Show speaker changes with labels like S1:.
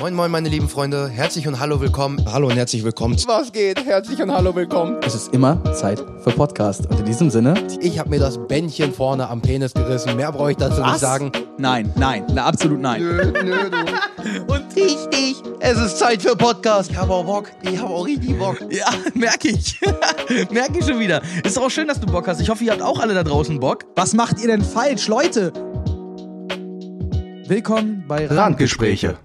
S1: Moin, moin, meine lieben Freunde. Herzlich und hallo willkommen. Hallo und herzlich willkommen.
S2: Was geht? Herzlich und hallo willkommen.
S3: Es ist immer Zeit für Podcast. Und in diesem Sinne.
S1: Ich habe mir das Bändchen vorne am Penis gerissen. Mehr brauche ich dazu nicht
S3: Was?
S1: sagen.
S3: Nein, nein, na, absolut nein.
S2: Nö, nö, du.
S3: Und richtig, es ist Zeit für Podcast.
S1: Ich habe auch Bock. Ich habe auch richtig Bock.
S3: Ja, merke ich. merke ich schon wieder. Ist auch schön, dass du Bock hast. Ich hoffe, ihr habt auch alle da draußen Bock. Was macht ihr denn falsch, Leute? Willkommen bei Randgespräche.